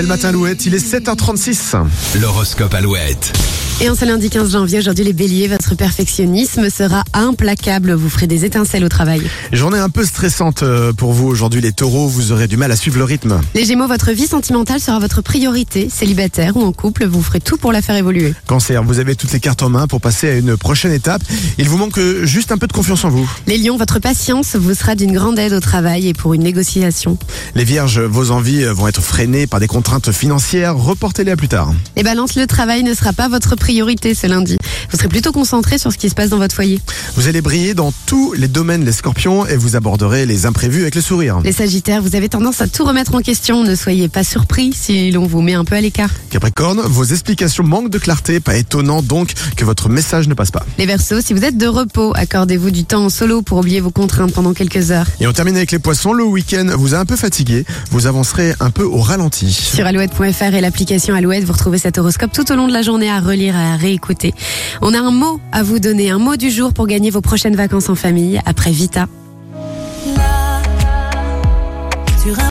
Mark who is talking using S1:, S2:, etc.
S1: le matin Alouette, il est 7h36.
S2: L'horoscope Alouette.
S3: Et en ce lundi 15 janvier, aujourd'hui les béliers, votre perfectionnisme sera implacable. Vous ferez des étincelles au travail.
S1: Journée un peu stressante euh, pour vous aujourd'hui les taureaux, vous aurez du mal à suivre le rythme.
S3: Les gémeaux, votre vie sentimentale sera votre priorité. Célibataire ou en couple, vous ferez tout pour la faire évoluer.
S1: Cancer, vous avez toutes les cartes en main pour passer à une prochaine étape. Il vous manque euh, juste un peu de confiance en vous.
S3: Les lions, votre patience vous sera d'une grande aide au travail et pour une négociation.
S1: Les vierges, vos envies euh, vont être freinées par des contraintes financières, reportez-les à plus tard.
S3: Les balances, le travail ne sera pas votre priorité ce lundi. Vous serez plutôt concentré sur ce qui se passe dans votre foyer.
S1: Vous allez briller dans tous les domaines les scorpions et vous aborderez les imprévus avec le sourire.
S3: Les sagittaires, vous avez tendance à tout remettre en question. Ne soyez pas surpris si l'on vous met un peu à l'écart.
S1: Capricorne, vos explications manquent de clarté, pas étonnant donc que votre message ne passe pas.
S3: Les versos, si vous êtes de repos, accordez-vous du temps en solo pour oublier vos contraintes pendant quelques heures.
S1: Et on termine avec les poissons, le week-end vous a un peu fatigué, vous avancerez un peu au ralenti.
S3: Sur alouette.fr et l'application Alouette, vous retrouvez cet horoscope tout au long de la journée à relire et à réécouter. On a un mot à vous donner, un mot du jour pour gagner vos prochaines vacances en famille après Vita.